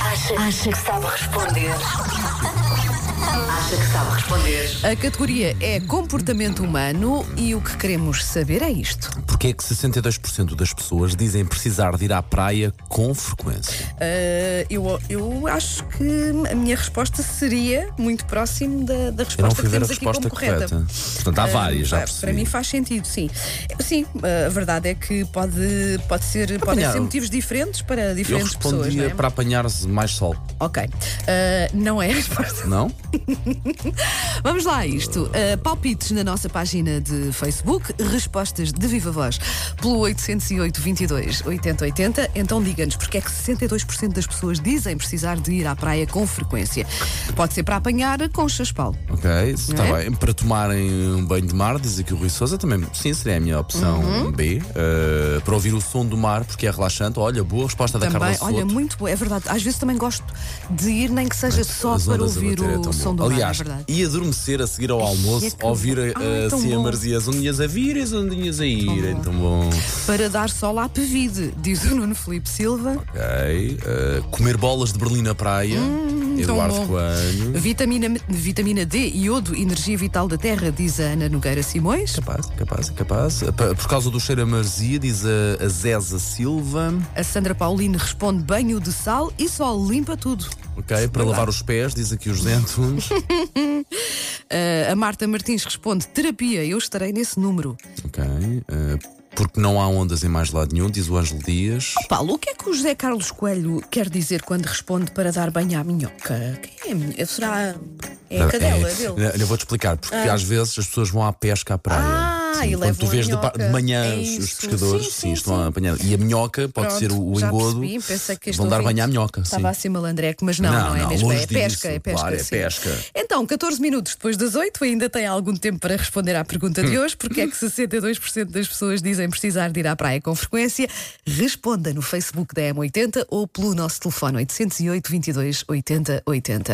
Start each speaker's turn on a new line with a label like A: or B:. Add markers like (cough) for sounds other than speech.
A: Acha, acha que sabe responder. Acha que sabe responder.
B: A categoria é comportamento humano e o que queremos saber é isto.
C: Porquê é que 62% das pessoas dizem precisar de ir à praia com frequência?
B: Ah, eu, eu acho que a minha resposta seria muito próximo da, da
C: Eu não
B: resposta
C: fui
B: que
C: ver a
B: temos aqui como
C: resposta correta.
B: correta.
C: Portanto, há
B: Ah,
C: várias, já
B: pá,
C: percebi.
B: Para mim faz sentido, sim. Sim, ah, a verdade é que pode, pode ser, podem
C: Apanhar- um.
B: ser motivos diferentes para
C: Eu
B: diferentes
C: respondia
B: pessoas. Não é?
C: para apanhar mais sol,
B: Ok. Ah, não é a resposta.
C: não?
B: Vamos lá a isto. Uh, palpites na nossa página de Facebook, respostas de viva voz pelo 808 22 80 80. Então diga-nos porque é que 62% das pessoas dizem precisar de ir à praia com frequência. Pode ser para apanhar conchas, Paulo.
C: Ok, está
B: É?
C: bem. Para tomarem um banho de mar, diz aqui o Rui Souza também. Sim, seria a minha opção
B: Uhum.
C: B. Eh, para ouvir o som do mar, porque é relaxante. Olha, boa resposta da
B: Também,
C: Carla Soto.
B: olha, muito boa, é verdade. Às vezes também gosto de ir, nem que seja só
C: As
B: para
C: ondas a
B: ouvir
C: bater é
B: o
C: tão
B: som
C: bom.
B: do mar, é
C: Aliás,
B: verdade.
C: e adormecer a seguir ao
B: é
C: almost,
B: que
C: ouvir
B: bom.
C: eh,
B: Ai, tão
C: assim a
B: bom.
C: marzia, as ondinhas a vir e as ondinhas a irem.
B: bom.
C: Tão bom.
B: Para dar sol à pevide, diz o Nuno Felipe Silva.
C: Ok. eh, comer bolas de Berlim na praia.
B: Hum, tão
C: Eduardo
B: bom.
C: Coelho.
B: Vitamina, vitamina D, iodo, energia vital da terra, diz a Ana Nogueira Simões.
C: Capaz, capaz, capaz. Eh, pa- Por causa do cheiro a marzia, diz a, a Zeza Silva.
B: A Sandra Pauline responde banho de sal e sol limpa tudo.
C: Ok, para
B: Verdade.
C: lavar os pés, diz aqui os
B: (laughs)
C: Antunes.
B: Ah, a Marta Martins responde terapia, eu estarei nesse número.
C: ok. eh, porque não há ondas em mais lado nenhum, diz o Ângelo Dias.
B: Paulo, o que é que o José Carlos Coelho quer dizer quando responde para dar banho à minhoca? Quem é a minhoca? Será. É a cadela dele?
C: Eu vou-te explicar, porque às vezes as pessoas vão à pesca à praia.
B: Ah, e
C: quando
B: levam
C: tu
B: a
C: vês de, pa- de
B: minhoca.
C: manhã
B: É
C: os- os
B: isso.
C: pescadores
B: Sim,
C: sim,
B: sim,
C: estão
B: sim.
C: a apanhar. E a minhoca pode
B: Pronto,
C: ser o, o
B: já
C: engodo.
B: percebi, pensei que este
C: vão dar
B: ouvinte
C: banho à minhoca.
B: Estava
C: sim.
B: assim malandreco, mas não, não,
C: Não,
B: é
C: não,
B: mesmo.
C: longe
B: É pesca,
C: disso,
B: é pesca.
C: claro, é
B: sim.
C: pesca.
B: Então, 14 minutos depois das 8, ainda tem algum tempo para responder à pergunta
C: Hum.
B: de hoje: porque é que 62% das pessoas dizem precisar de ir à praia com frequência? Responda no Facebook da M80 ou pelo nosso telefone 808 22 80 80.